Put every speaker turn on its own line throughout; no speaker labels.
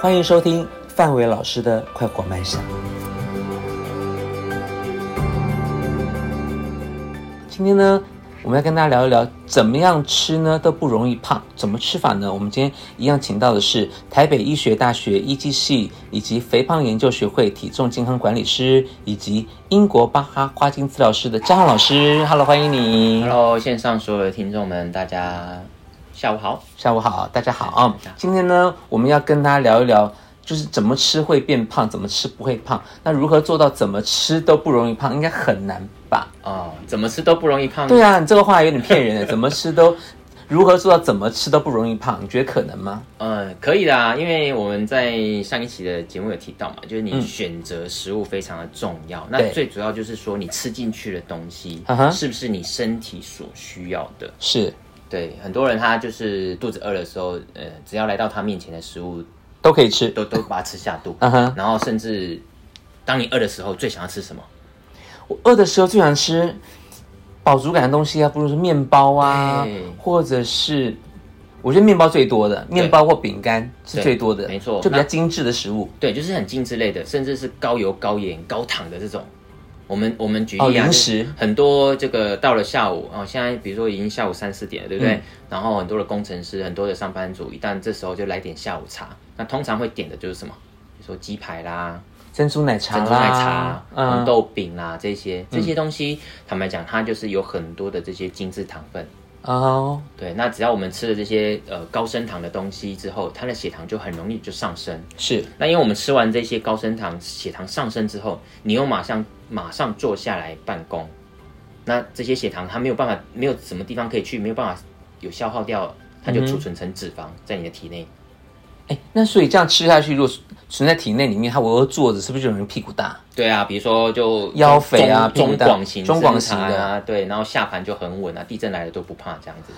欢迎收听范伟老师的《快活慢闪》。今天呢，我们要跟大家聊一聊，怎么样吃呢都不容易胖，怎么吃法呢？我们今天一样请到的是台北医学大学医技系以及肥胖研究学会体重健康管理师，以及英国巴哈花精治疗师的张浩老师。Hello，欢迎你。
Hello，线上所有的听众们，大家下午好。
下午好，大家好啊
大家好！
今天呢，我们要跟大家聊一聊，就是怎么吃会变胖，怎么吃不会胖。那如何做到怎么吃都不容易胖，应该很难吧？
哦，怎么吃都不容易胖。
对啊，你这个话有点骗人的，怎么吃都，如何做到怎么吃都不容易胖？你觉得可能吗？
嗯，可以啦，因为我们在上一期的节目有提到嘛，就是你
嗯
选择食物非常的重要。
对
那最主要就是说，你吃进去的东西
啊哈
是不是你身体所需要的？
是，
对，很多人他就是肚子饿的时候，呃，只要来到他面前的食物，
都可以吃。
都都把它吃下肚。
啊哈，
然后甚至，当你饿的时候，最想要吃什么？
我饿的时候最想吃饱足感的东西啊，不如是面包啊
对，
或者是。我觉得面包最多的，面包或饼干是
对
最多的，
没错
就比较
那
精致的食物。
对，就是很精致类的，甚至是高油、高盐、高糖的这种。我们我们举
哦
例啊，
零
就是
食
很多这个到了下午哦，现在比如说已经下午三四点了，对不对？
嗯
然后很多的工程师、很多的上班族，一旦这时候就来点下午茶，那通常会点的就是什么？比如说鸡排啦、
珍珠奶茶
珍
啦，
珠奶茶、红
嗯，
豆饼啦，这些这些东西，坦白讲，它就是有很多的这些精致糖分。
哦，
对，那只要我们吃了这些呃高升糖的东西之后，它的血糖就很容易就上升。
是
那因为我们吃完这些高升糖、血糖上升之后，你又马上马上坐下来办公，那这些血糖它没有办法，没有什么地方可以去，没有办法有消耗掉，它就储存成脂肪在你的体内。
哎，那所以这样吃下去，如果存在体内里面，它我又坐着，是不是就有人屁股大？
对啊，比如说就
腰肥啊
中
屁股
中
大
广型、
中广型的
啊，对，然后下盘就很稳啊，地震来了都不怕这样子。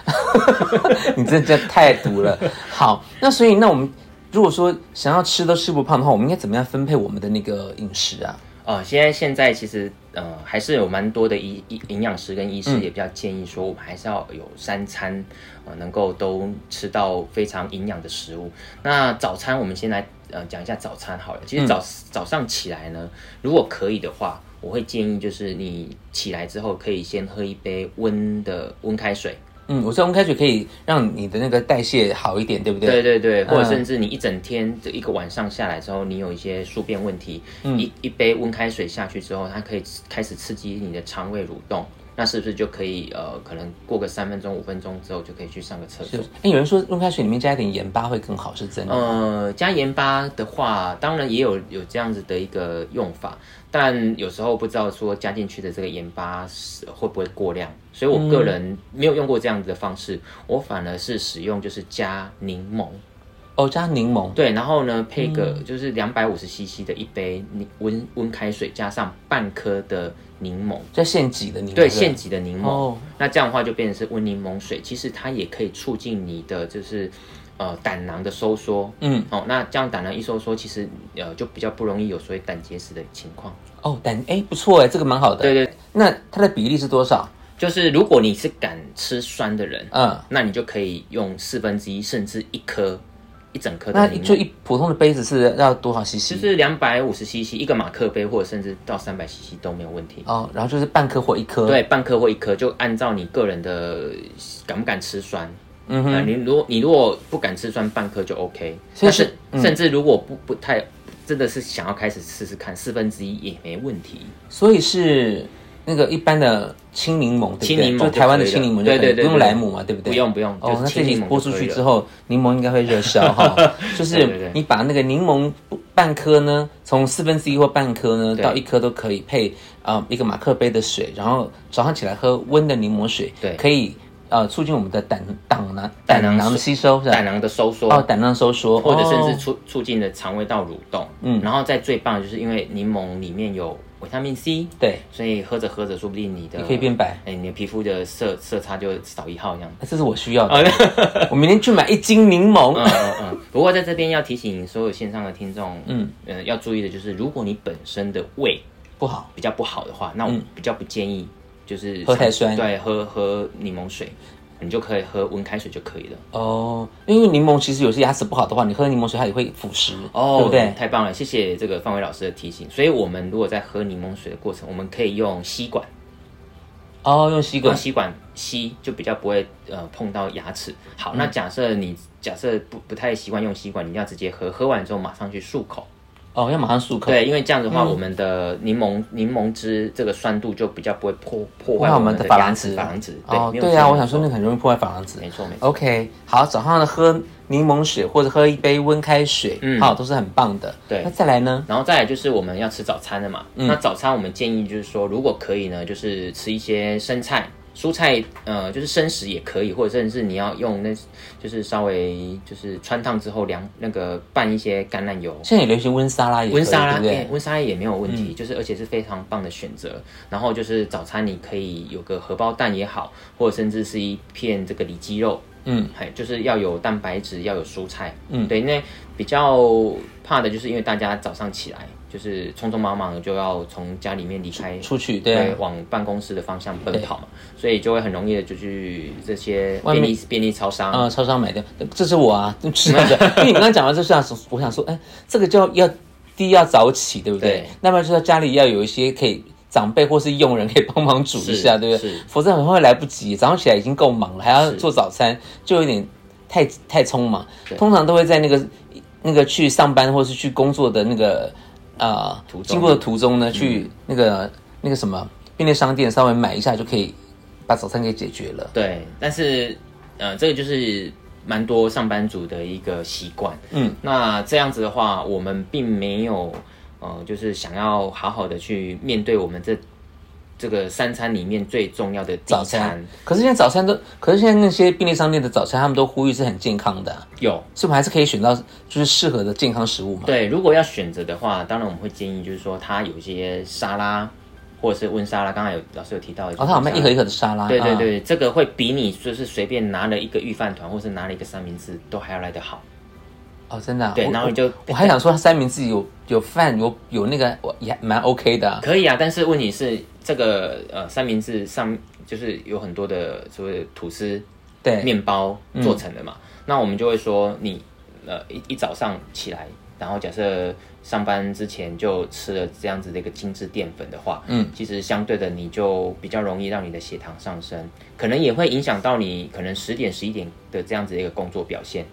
你这这太毒了。好，那所以那我们如果说想要吃都吃不胖的话，我们应该怎么样分配我们的那个饮食啊？
呃，现在现在其实呃还是有蛮多的医医营养师跟医师也比较建议说，我们还是要有三餐呃能够都吃到非常营养的食物。那早餐我们先来呃讲一下早餐好了。其实早、早上起来呢，如果可以的话，我会建议就是你起来之后可以先喝一杯温的温开水，
嗯，我知道我们开水可以让你的那个代谢好一点，对不对？
对对对，或者
嗯
甚至你一整天这一个晚上下来之后，你有一些宿便问题，
嗯
一一杯温开水下去之后，它可以刺开始刺激你的肠胃蠕动，那是不是就可以呃，可能过个三分钟、五分钟之后就可以去上个厕所
就？是。哎，有人说用开水里面加一点盐巴会更好，是真的吗。
呃，加盐巴的话，当然也有有这样子的一个用法，但有时候不知道说加进去的这个盐巴是会不会过量，所以
嗯
我个人没有用过这样子的方式，我反而是使用就是加柠檬。
哦，加柠檬，
对，然后呢，配个
嗯
就是两百五十 CC 的一杯柠温温开水，加上半颗的柠檬，
就现挤的柠檬。
对，
不
现挤的柠檬。
哦
那这样的话就变成是温柠檬水，其实它也可以促进你的就是呃胆囊的收缩。
嗯，
哦，那这样胆囊一收缩，其实呃就比较不容易有所谓胆结石的情况。
哦，但哎不错哎，这个蛮好的。
对对，
那它的比例是多少？
就是如果你是敢吃酸的人，
嗯，
那你就可以用四分之一甚至一颗一整颗
那
的柠檬。
就一普通的杯子是要多少 CC？
就是两百五十 CC 一个马克杯，或者甚至到三百 CC 都没有问题。
哦，然后就是半颗或一颗。，
对，半颗或一颗，就按照你个人的敢不敢吃酸。
嗯
啊你如果你如果不敢吃酸，半颗就 OK。
所以
但
是嗯
是、甚至如果不不太真的是想要开始试试看，四分之一也没问题。
所以是那个一般的青柠檬，对不对？
青柠檬
就是台湾的青柠檬就可以，
对对对对
不用莱姆嘛，对不对？
不用不用
哦
就，是
那这
青
集
柠檬
播
就
出
可以
去
了
之后，柠檬应该会热销哈。 就
对对
是
对
你把那个柠檬半颗呢，从四分之一或半颗呢
对
到一颗都可以配呃一个马克杯的水，然后早上起来喝温的柠檬水，
对
可以呃促进我们的胆胆囊胆
胆囊
囊的吸收，是吧
胆？囊的收缩。
哦，胆囊收缩，
或者甚
哦
至促促进了肠胃道蠕动，嗯，然后再最棒的就是因为柠檬里面有维他命 C，
对，
所以喝着喝着，说不定你的
也可以变白
哎，你的皮肤的色色差就少一号这样。
这是我需要的。 我明天去买一斤柠檬。
啊嗯嗯嗯。不过在这边要提醒所有线上的听众，嗯呃，要注意的就是，如果你本身的胃
不好，
比较不好的话，那我比较不建议就是
嗯喝太酸
对，喝喝柠檬水。你就可以喝温开水就可以了。
哦，因为柠檬其实有些牙齿不好的话，你喝柠檬水它也会腐蚀，
哦，
对不对？
太棒了，谢谢这个范伟老师的提醒。所以，我们如果在喝柠檬水的过程，我们可以用吸管，
哦，用吸
用
管，
啊吸管吸，就比较不会呃碰到牙齿。好，
嗯
那假设你假设不不太习惯用吸管，你一定要直接喝，喝完之后马上去漱口。
哦，要马上漱口，
对，因为这样子
嗯
的话，我们的柠檬柠檬汁这个酸度就比较不会破破
破
坏
坏我
我
们
们
的
的
珐
牙
琅
齿
质。
珐琅质。
哦，
没有
对
错
啊，我想说那个很容易破坏珐琅质。
没错没错。
OK，好，早上呢喝柠檬水或者喝一杯温开水，
嗯
好，都是很棒的。
对
那再来呢？
然后再来就是我们要吃早餐了嘛，
嗯
那早餐我们建议就是说，如果可以呢，就是吃一些生菜、蔬菜，呃，就是生食也可以，或者甚至是你要用那，就是稍微就是穿烫之后凉那个拌一些橄榄油。
现在也流行温沙拉也可以，
温沙拉，
对不嗯
哎
对？
温沙拉也没有问题，就是而且是非常棒的选择。然后就是早餐你可以有个荷包蛋也好，或者甚至是一片这个里脊肉，
嗯，
还就是要有蛋白质，要有蔬菜，
嗯
对，因为比较怕的就是因为大家早上起来就是匆匆忙忙地就要从家里面离开，
出去对
对，
啊，
往办公室的方向奔跑嘛，所以就会很容易的就去这些
外面
便利便利超商，
呃，超商买的，这是我啊，是这样 的。因为你刚刚讲到这是啊，我想说，哎，这个就要要第一要早起，对不对？
对
那么就是家里要有一些可以。长辈或是佣人可以帮忙煮一下，
是
对不对
是？
否则很会来不及。早上起来已经够忙了，还要做早餐，就有点太太匆忙。
对
通常都会在那个那个去上班或是去工作的那个呃
途中嗯
经过的途中呢，去那个那个什么便利商店稍微买一下就可以把早餐给解决了。
对，但是呃，这个就是蛮多上班族的一个习惯。
嗯，
那这样子的话，我们并没有呃，就是想要好好的去面对我们这这个三餐里面最重要的第
早
一餐
餐。，可是现在早餐都，可是现在那些便利商店的早餐，他们都呼吁是很健康的啊、
有
所以我们还是可以选到就是适合的健康食物嘛。
对，如果要选择的话，当然我们会建议就是说，它有一些沙拉或者是温沙拉，刚才有老师有提到，
哦，它好像卖一盒一盒的沙拉，
对对
啊，
对，这个会比你就是随便拿了一个御饭团，或是拿了一个三明治，都还要来得好。
哦，真的啊、
对
我
然后你就
我我还想说三明治有有饭有有那个我也蛮 OK 的啊、
可以啊，但是问题是这个呃三明治上就是有很多的所谓的吐司
对，
面包做成的嘛，那我们就会说你呃一一早上起来，然后假设上班之前就吃了这样子的一个精致淀粉的话，
嗯，
其实相对的你就比较容易让你的血糖上升，可能也会影响到你可能十点十一点的这样子的一个工作表现。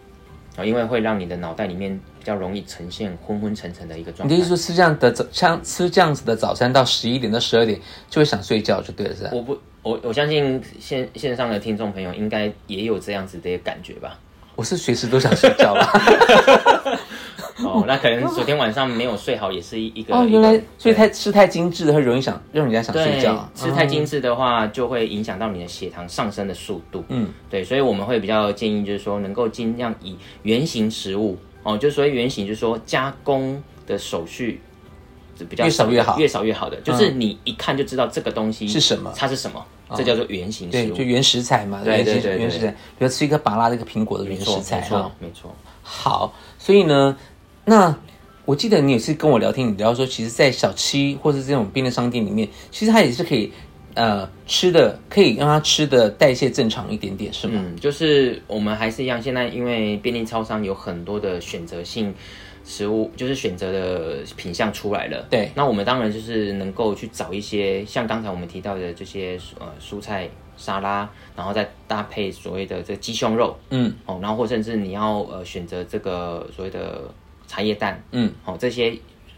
啊，因为会让你的脑袋里面比较容易呈现昏昏沉沉的一个状
你
态
的意。思说吃这样的早像吃这样子的早餐到十一点到十二点就会想睡觉就对了，是吧？
我不，我我相信线线上的听众朋友应该也有这样子的感觉吧。
我是随时都想睡觉啊 啦。
哦，那可能昨天晚上没有睡好，也是一一个。
哦，
一个
原 来所
对
以太吃太精致的会容易想让人家想睡
对
觉，，啊哦
吃太精致的话，就会影响到你的血糖上升的速度。
嗯，
对，所以我们会比较建议，就是说能够尽量以原型食物哦，就所谓原型，就是说加工的手续就比较
越少越好嗯
越少越好的，就是你一看就知道这个东西
是什么哦
它是什么，这叫做原型
对，
食
就
物。
原食材嘛，
对
原
对
食
对
原食材，比如吃一颗拔拉这个苹果的原
没错，
食材
没
哈
错。，没错。
好，所以呢，那我记得你有次跟我聊天，你聊说，其实，在小七或是这种便利商店里面，其实它也是可以，呃，吃的可以让它吃的代谢正常一点点，是吗？
嗯，就是我们还是一样，现在因为便利超商有很多的选择性食物，就是选择的品相出来了。
对
那我们当然就是能够去找一些像刚才我们提到的这些呃蔬菜沙拉，然后再搭配所谓的这鸡胸肉，
嗯
哦，然后或甚至你要呃选择这个所谓的茶叶蛋，
嗯，
哦这些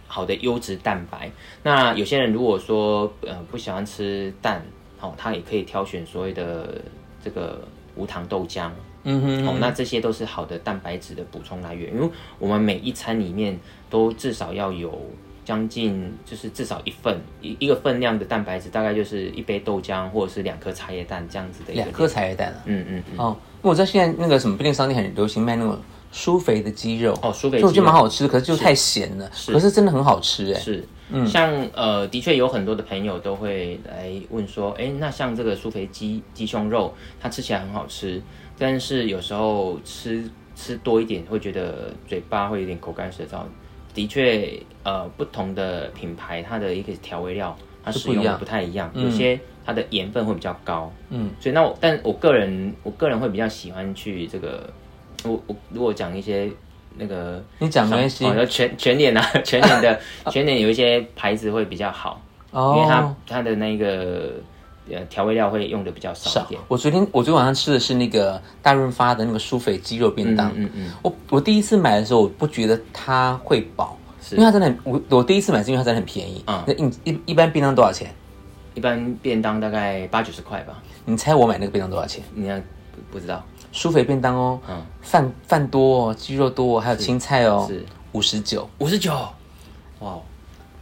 好的优质蛋白。那有些人如果说呃不喜欢吃蛋，哦，他也可以挑选所谓的这个无糖豆浆，
嗯哼，
哦，那这些都是好的蛋白质的补充来源，因为我们每一餐里面都至少要有将近，就是至少一份一一个分量的蛋白质，大概就是一杯豆浆或者是两颗茶叶蛋这样子的一个
两，颗茶叶蛋啊。
嗯嗯嗯，
哦，因为我知道现在那个什么便利商店很流行卖那种酥肥的鸡肉，
哦酥
所
肥
以我觉
鸡
得
肉
蛮好吃的，可是就太咸了，可是真的很好吃哎。
是，像呃，的确有很多的朋友都会来问说，哎，那像这个苏肥鸡鸡胸肉，它吃起来很好吃，但是有时候吃吃多一点会觉得嘴巴会有点口干舌燥。的确，呃，不同的品牌它的一个调味料它
是
使
不一
用的
样
不太一样，有些它的盐分会比较高，
嗯，
所以那我但我个人我个人会比较喜欢去这个，我我如果讲一些那个
你讲没关系
哦，要全全脸啊， 全脸的全脸有一些牌子会比较好，因为它
哦。
它的那个呃调味料会用的比较少一
少
点。，
啊我昨天我昨天晚上吃的是那个大润发的那个酥肥鸡肉便当，
嗯嗯嗯，
我我第一次买的时候，我不觉得它会饱，因为它真的很我我第一次买是因为它真的很便宜。
嗯
那一一一般便当多少钱？
一般便当大概八九十块吧，
你猜我买那个便当多少钱？
你看不不知道，
酥肥便当哦，
嗯，
饭饭多哦，鸡肉多哦，还有青菜哦
是，
五十九。
五十九，哇哦，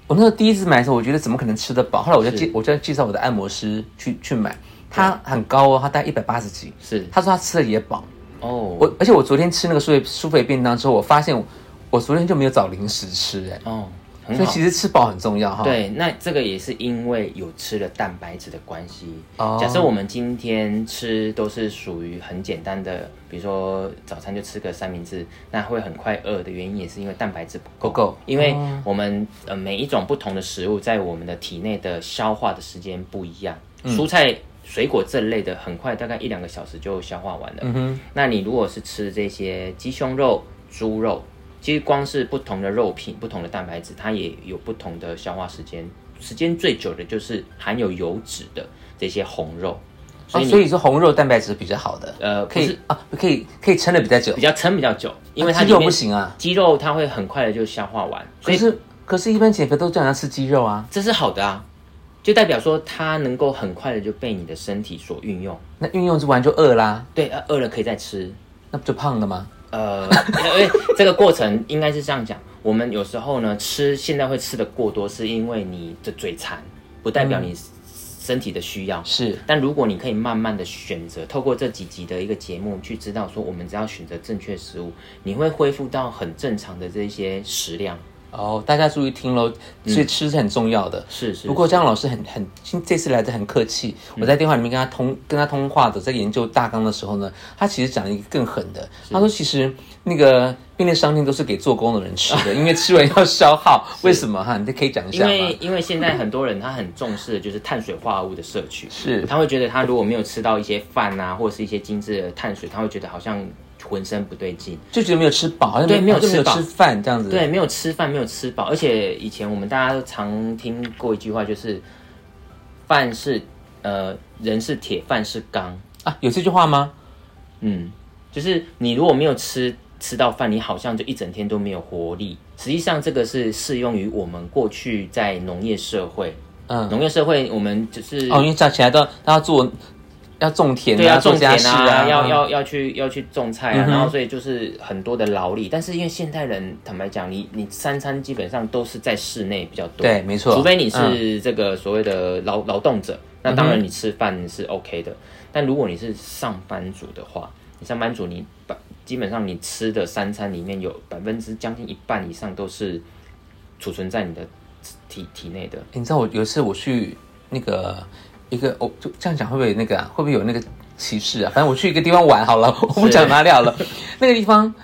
我那时候第一次买的时候，我觉得怎么可能吃得饱？后来我就是介我就介绍我的按摩师去去买，他很高哦，他大概一百八十几，
是
他说他吃了也饱。
哦，
我而且我昨天吃那个酥肥酥肥便当之后，我发现我我昨天就没有找零食吃哎、
哦，很
所以
好
其。实吃饱很重要哈。，
对，那这个也是因为有吃了蛋白质的关系。
哦
假设我们今天吃都是属于很简单的，比如说早餐就吃个三明治，那会很快饿的原因也是因为蛋白质不
不
够。
够
因为
哦
我们、呃每一种不同的食物在我们的体内的消化的时间不一样，
嗯
蔬菜。水果这类的，很快大概一两个小时就消化完了。
嗯哼，
那你如果是吃这些鸡胸肉、猪肉，其实光是不同的肉品、不同的蛋白质，它也有不同的消化时间。时间最久的就是含有油脂的这些红肉，
所
所以
以,、
你、
哦啊所以说红肉蛋白质比较好的，
呃
可
不
以
是
啊，可以可以撑的比较久
比，较撑比较久，因为它
啊
里
鸡肉
面
不行啊。
鸡肉它会很快的就消化完，所
可
以
是可是，一般减肥都叫人家吃鸡肉啊，
这是好的啊，就代表说它能够很快的就被你的身体所运用。
那运用之完就饿啦，
对，呃饿了可以再吃，
那不就胖了吗？
呃， 因为这个过程应该是这样讲，我们有时候呢吃现在会吃的过多，是因为你的嘴馋，不代表你身体的需要。
是，
但如果你可以慢慢的选择，透过这几集的一个节目去知道说，我们只要选择正确食物，你会恢复到很正常的这些食量。
哦，大家注意听喽，所
嗯
以吃是很重要的。
是是
不过张老师很很这次来的很客气，
嗯
我在电话里面跟他通跟他通话的，在研究大纲的时候呢，他其实讲了一个更狠的，他说其实那个便利商店都是给做工的人吃 的，因为吃完要消耗，为什么哈？你可以讲一
因
下吗
为？因为现在很多人他很重视的就是碳水化合物的摄取，
是
他会觉得他如果没有吃到一些饭啊，或者是一些精致的碳水，他会觉得好像浑身不对劲。
就觉得没有吃饱，好像
对没有
好像没有
吃饱
吃饭这样子。
对，没有吃饭，没有吃饱，而且以前我们大家都常听过一句话，就是“饭是呃人是铁，饭是钢
啊，有这句话吗？”。
嗯，就是你如果没有吃吃到饭，你好像就一整天都没有活力。实际上，这个是适用于我们过去在农业社会。
嗯
农业社会，我们就是
哦，因为早起来都他要做要种田
对，
啊，
要种
做
田
家事
啊，
嗯
要要要去要去种菜啊，然后所以就是很多的劳力。但是因为现代人，坦白讲，你你三餐基本上都是在室内比较多，
对没错嗯
除非你是这个所谓的劳劳动者，那当然你吃饭
嗯
是 OK 的。但如果你是上班族的话，你上班族你把基本上你吃的三餐里面有百分之将近一半以上都是储存在你的体体内的。
你知道我有一次我去那个一个，哦，就这样讲会不会那个、啊、会不会有那个歧视啊？反正我去一个地方玩好了， 我不讲哪里好了。那个地方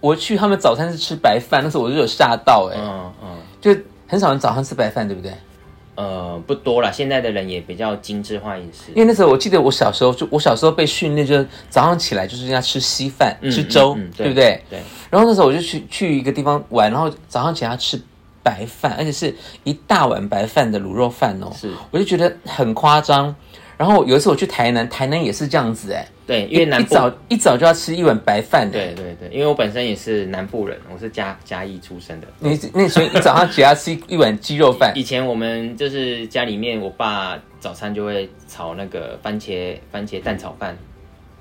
我去，他们早餐是吃白饭，那时候我就有吓到、哎、
嗯嗯。
就很少人早上吃白饭，对不对？
呃，不多啦，现在的人也比较精致化饮食
因，为那时候我记得我小时候就我小时候被训练，就是早上起来就是要吃稀饭、吃粥，
嗯嗯
对不对？
对，
然后那时候我就去去一个地方玩，然后早上起来要吃白饭，而且是一大碗白饭的卤肉饭哦，
是
我就觉得很夸张。然后有一次我去台南，台南也是这样子哎，
对，因为
一
南部，
早一早就要吃一碗白饭哎，
对对对，因为我本身也是南部人，我是嘉嘉义出生的。
你那所以一早上起来要吃一一碗鸡肉饭，
以前我们就是家里面，我爸早餐就会炒那个番茄番茄蛋炒饭，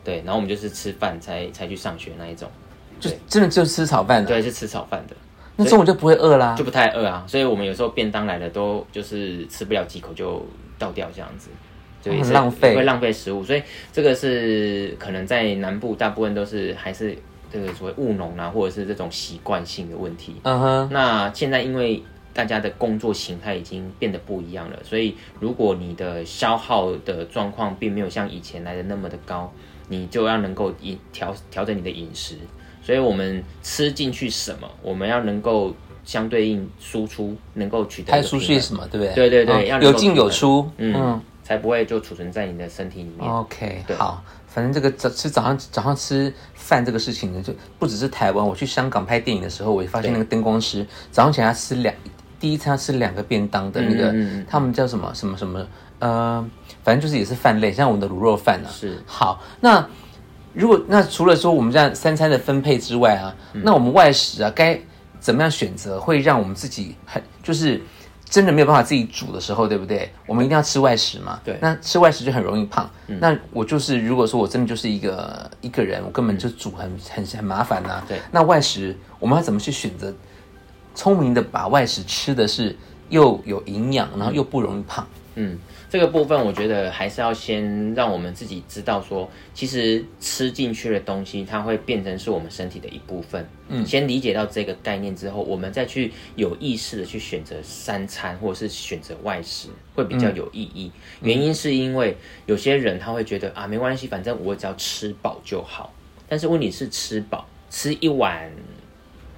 对，然后我们就是吃饭才才去上学那一种，
就真的就吃炒饭了，
对，是吃炒饭的，
那中午就不会饿啦
就。不太饿啊，所以我们有时候便当来了都就是吃不了几口就倒掉这样子。就也是
很浪费
会浪费食物，所以这个是可能在南部大部分都是还是这个所谓务农啊，或者是这种习惯性的问题。
嗯哼，
那现在因为大家的工作形态已经变得不一样了，所以如果你的消耗的状况并没有像以前来的那么的高，你就要能够以调调整你的饮食。所以我们吃进去什么，我们要能够相对应输出，能够取得
还
一
有
个
蔬
平
菜
衡。
什么，对不对？
对对对
嗯
要能
有
够
进
平衡
有出，
嗯
嗯，哦
才不会就储存在你的身体里面。
OK，
对
好，反正这个早吃早上早上吃饭这个事情呢，就不只是台湾，我去香港拍电影的时候，我也发现那个灯光师早上起来他吃两第一餐他吃两个便当的那个，
嗯嗯嗯
他们叫什么什么什么，呃，反正就是也是饭类，像我们的卤肉饭啊。
是
好，那如果那除了说我们这样三餐的分配之外啊，
嗯
那我们外食啊该怎么样选择，会让我们自己很就是真的没有办法自己煮的时候，对不对？我们一定要吃外食嘛。
对嗯
那吃外食就很容易胖。那我就是如果说我真的就是一个一个人，我根本就煮很很很麻烦呐、啊
对
那外食我们要怎么去选择？聪明的把外食吃的是又有营养，然后又不容易胖。
嗯，这个部分我觉得还是要先让我们自己知道说，其实吃进去的东西，它会变成是我们身体的一部分。嗯，先理解到这个概念之后，我们再去有意识的去选择三餐或者是选择外食，会比较有意义。原因是因为有些人他会觉得啊，没关系，反正我只要吃饱就好。但是问题是吃饱，吃一碗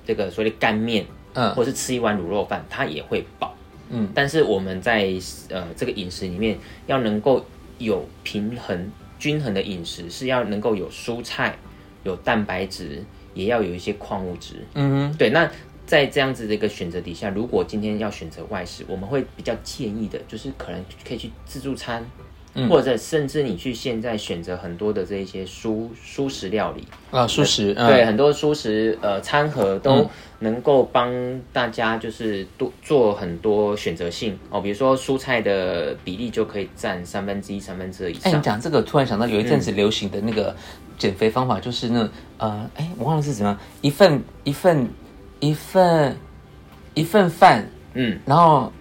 这个所谓的干面，
嗯
或是吃一碗卤肉饭，它也会饱。
嗯，
但是我们在呃这个饮食里面要能够有平衡、均衡的饮食，是要能够有蔬菜、有蛋白质，也要有一些矿物质。
嗯
对，那在这样子的一个选择底下，如果今天要选择外食，我们会比较建议的，就是可能可以去自助餐，或者甚至你去现在选择很多的这一些蔬蔬食料理，
哼，啊，素食。嗯、
对，很多素食呃餐盒都能够帮大家就是多做很多选择性哦，比如说蔬菜的比例就可以占三分之一、三分之二以
哎、
上
你。讲这个，突然想到有一阵子流行的那个减肥方法，就是那种呃，哎、我忘了是怎么样，一份一份一份一份饭，
嗯，
然后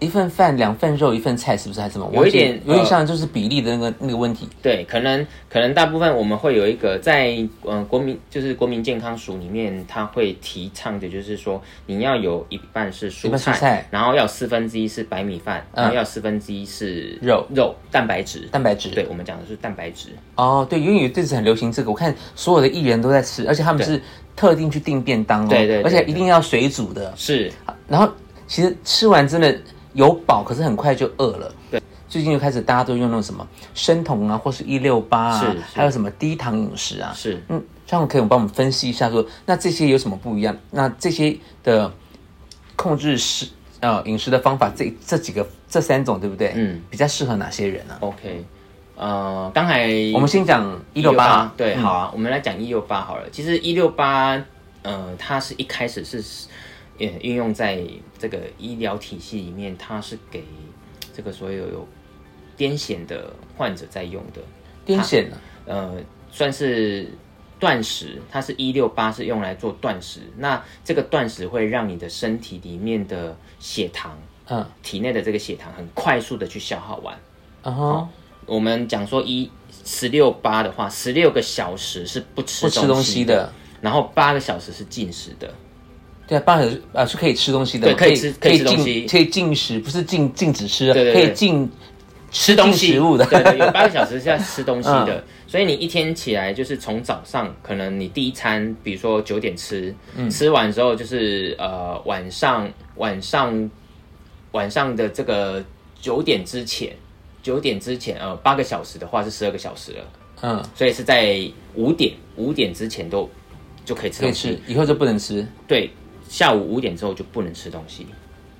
一份饭两份肉一份菜，是不是还是什么？
有一点
我忘记有点
呃
像就是比例的那个那个问题。
对，可能可能大部分我们会有一个在呃国民就是国民健康署里面，它会提倡的就是说你要有一半是
一
蔬
半
菜，
蔬菜嗯
然后要四分之一是白米饭，然后要四分之一是
肉
肉蛋白质。
蛋白质，
对，我们讲的是蛋白质。
哦，对，因为有一阵子很流行这个，我看所有的艺人都在吃，而且他们
对
是特定去订便当哦，
对对对
而且一定要水煮的，
是，
然后其实吃完真的有饱，可是很快就饿了。
对，
最近就开始大家都用那种什么生酮啊，或是一六八啊
是是，
还有什么低糖饮食啊。
是
嗯，这样可以帮我们分析一下说，那这些有什么不一样？那这些的控制食呃饮食的方法，这这几个这三种对不对？
嗯，
比较适合哪些人呢、啊？
OK。呃，刚才
我们先讲一六八嗯
168，对，好啊，我们来讲一六八好了。其实一六八，呃，它是一开始是，呃，运用在这个医疗体系里面，它是给这个所有有癫痫的患者在用的，
癫痫啊呢？
呃，算是断食，它是一六八是用来做断食。那这个断食会让你的身体里面的血糖，
嗯，
体内的这个血糖很快速的去消耗完。
然后
我们讲说一十六八的话，十六个小时是不吃
不吃东西
的，
的，
然后八个小时是进食的。
对啊，八小时啊是可以吃东西的嘛，
对可以吃
可
可以吃
禁
东西
可以禁食，不是禁禁止吃啊，
对对
可
对
以禁
吃东
进
西，
食物的嗯
对对，有八个小时是要吃东西的，所以你一天起来就是从早上，可能你第一餐，比如说九点吃，
嗯
吃完之后就是呃晚上晚上晚上的这个九点之前，九点之前呃八个小时的话是十二个小时了，
嗯，
所以是在五点五点之前都就可以吃
可以
东西
吃，，以后就不能吃。
对，下午五点之后就不能吃东西。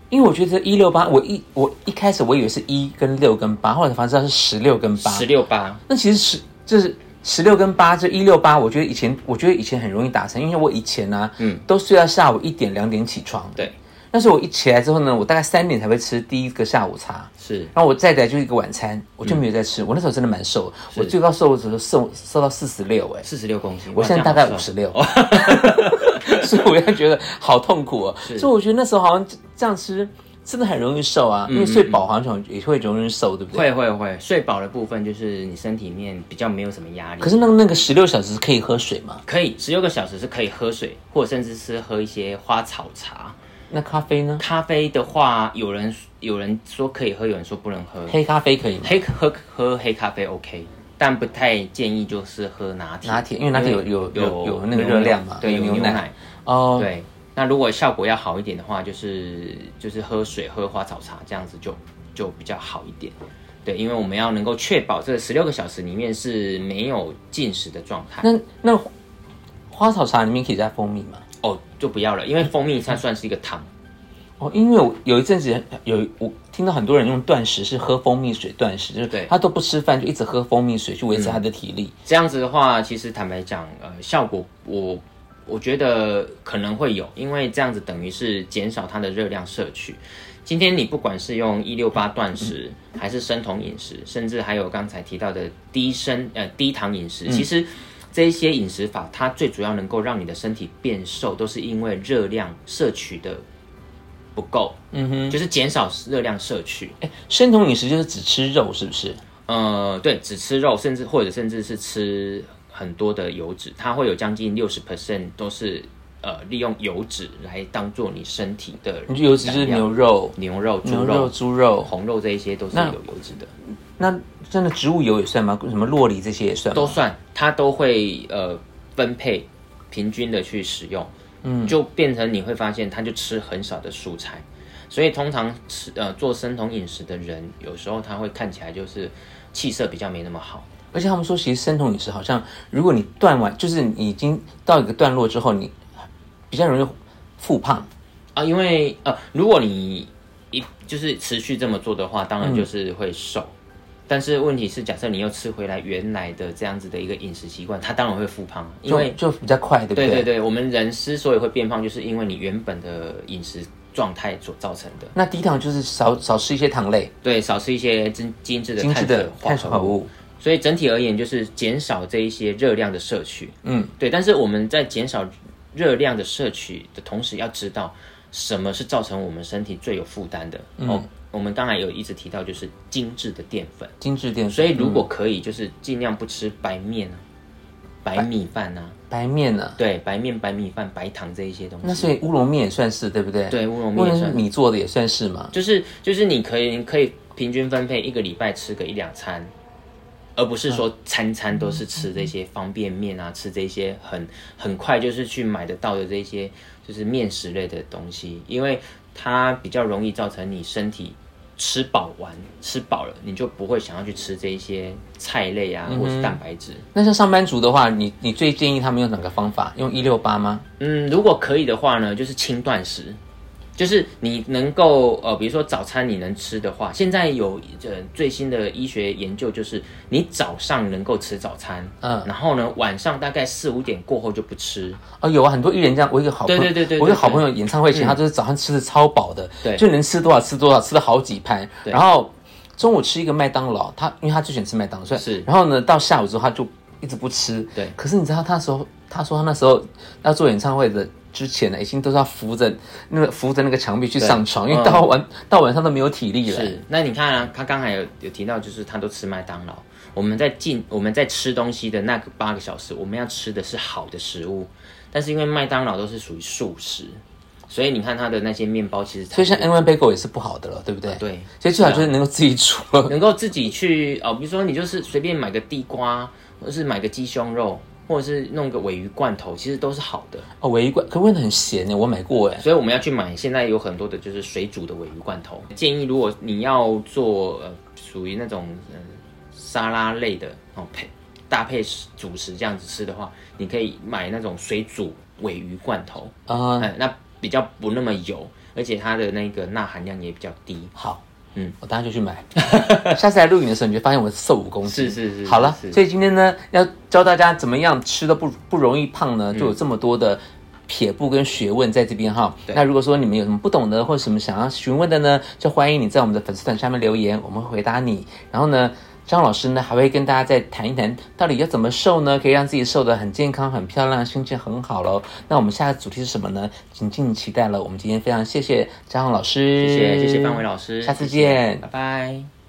因为我觉得一六八，我一我一开始我以为是一跟六跟八，后来才知道是十六跟八。
十六八，
那其实十就是十六跟八，这一六八，我觉得以前我觉得以前很容易达成，因为我以前呢、嗯，都睡到下午一点两点起床。
对，
但是我一起来之后呢，我大概三点才会吃第一个下午茶，
是
然后我再来就是一个晚餐，我就没有再吃。我那时候真的蛮瘦的，我最高瘦的时候瘦瘦到四十六，哎，
四十六公斤。
我现在大概五十六， 所以我就觉得好痛苦哦。所以我觉得那时候好像这样吃真的很容易瘦啊，因为睡饱好像也会容易瘦，对不对？
会会会，睡饱的部分就是你身体里面比较没有什么压力。
可是那个那个十六小时可以喝水吗？
可以十六个小时是可以喝水，或者甚至是喝一些花草茶。
那咖啡呢？
咖啡的话，有人有人说可以喝，有人说不能喝。
黑咖啡可以吗？
黑喝喝黑咖啡 OK，但不太建议就是喝拿铁。
拿铁，因为拿铁有有有有那个热量嘛，
对，有
牛
牛奶。
哦。
对，那如果效果要好一点的话，就是就是喝水、喝花草茶这样子就就比较好一点。对，因为我们要能够确保这十六个小时里面是没有进食的状态。
那那花草茶里面可以加蜂蜜吗？
哦，就不要了，因为蜂蜜它算是一个糖。
哦，因为我有一阵子有我听到很多人用断食是喝蜂蜜水断食，就是
对
他都不吃饭，就一直喝蜂蜜水去维持他的体力。
这样子的话，其实坦白讲，呃，效果我我觉得可能会有，因为这样子等于是减少它的热量摄取。今天你不管是用一六八断食，
嗯
还是生酮饮食，甚至还有刚才提到的低生呃低糖饮
嗯
食，其实这一些饮食法，它最主要能够让你的身体变瘦，都是因为热量摄取的不够，
嗯哼，
就是减少热量摄取。
哎，生酮饮食就是只吃肉，是不是？
呃，对，只吃肉，甚至或者甚至是吃很多的油脂，它会有将近六十 percent 都是呃利用油脂来当做你身体的
你就尤其是
燃料、
牛肉、
牛肉、猪
牛
肉、
肉、猪肉，
红肉这一些都是有
那
油脂的，
那真的植物油也算吗？什么洛梨这些也算吗？
都算，它都会呃分配平均的去使用，嗯，就变成你会发现，他就吃很少的蔬菜。所以通常吃呃做生酮饮食的人，有时候他会看起来就是气色比较没那么好，
而且他们说，其实生酮饮食好像，如果你断完，就是你已经到一个段落之后，你比较容易复胖。
啊，因为呃，如果你一就是持续这么做的话，
嗯
当然就是会瘦。但是问题是，假设你又吃回来原来的这样子的一个饮食习惯，它当然会复胖，因为
就就比较快，对不
对
对
对对，我们人之所以会变胖，就是因为你原本的饮食状态所造成的。
那低糖就是少少吃一些糖类、
对，少吃一些精精致的
精
碳
致
水
的
化
碳水化
合
合
物，
物。
所以整体而言就是减少这一些热量的摄取。
嗯，
对，但是我们在减少热量的摄取的同时，要知道什么是造成我们身体最有负担的。
嗯
哦，我们当然有一直提到就是精致的淀粉，
精致淀粉，
所以如果可以，就是尽量不吃白面啊、白米饭啊，
白面呢、
对，白面、白米饭、白糖这一些东
那
西。
所以乌龙面也算是对不对？
对乌龙面也算
是米做的也算是嘛。
就是就是你可以你可以平均分配一个礼拜吃个一两餐，而不是说嗯餐餐都是吃这些方便面啊，吃这些很很快就是去买得到的这些就是面食类的东西，因为它比较容易造成你身体。吃饱完，吃饱了，你就不会想要去吃这一些菜类啊，或是蛋白质。
那像上班族的话，你你最建议他们用哪个方法？用一六八吗？
嗯，如果可以的话呢，就是轻断食，就是你能够呃，比如说早餐你能吃的话，现在有呃最新的医学研究就是，你早上能够吃早餐，
嗯
然后呢晚上大概四五点过后就不吃，
哦，有啊，很多艺人这样。我有一个好朋友，
对对对对对嗯
我有一个好朋友演唱会前，他就是早上吃的超饱的，
对
就能吃多少吃多少，吃了好几盘。然后中午吃一个麦当劳，他因为他最喜欢吃麦当劳，所以
是
然后呢，到下午之后他就一直不吃。
对
可是你知道他那时候，他说他那时候要做演唱会的之前呢，已经都是要扶着那个扶着那个墙壁去上床，因为到晚、到晚上都没有体力了。
嗯是，那你看啊，他刚才有有提到，就是他都吃麦当劳。我们在进我们在吃东西的那个八个小时，我们要吃的是好的食物，但是因为麦当劳都是属于素食，所以你看它的那些面包其实
所以像
产
N One Bagel 也是不好的了，对不对？
啊对，
所以最好就是能够自己煮了。
能够自己去哦，比如说你就是随便买个地瓜，或者是买个鸡胸肉，或者是弄个鲔鱼罐头，其实都是好的。
哦，唯一罐，可味很咸呢，我买过哎。
所以我们要去买，现在有很多的就是水煮的鲔鱼罐头。建议如果你要做呃属于那种嗯、沙拉类的哦配搭配食主食这样子吃的话，你可以买那种水煮鲔鱼罐头，
啊、
嗯、那比较不那么油，而且它的那个钠含量也比较低。
好，嗯
嗯，
我等下就去 买。下次来录影的时候，你就发现我瘦五公斤。
是是是是
好了，
是
所以今天呢，要教大家怎么样吃的不不容易胖
嗯
呢，就有这么多的。撇步跟学问在这边哈，
对
那如果说你们有什么不懂的或者什么想要询问的呢，就欢迎你在我们的粉丝团下面留言，我们会回答你。然后呢，张老师呢还会跟大家再谈一谈，到底要怎么瘦呢，可以让自己瘦得很健康、很漂亮，心情很好喽。那我们下个主题是什么呢？请敬请期待了。我们今天非常谢谢张老师，
谢谢谢谢范伟老师，
嗯下次
谢谢
见
拜拜。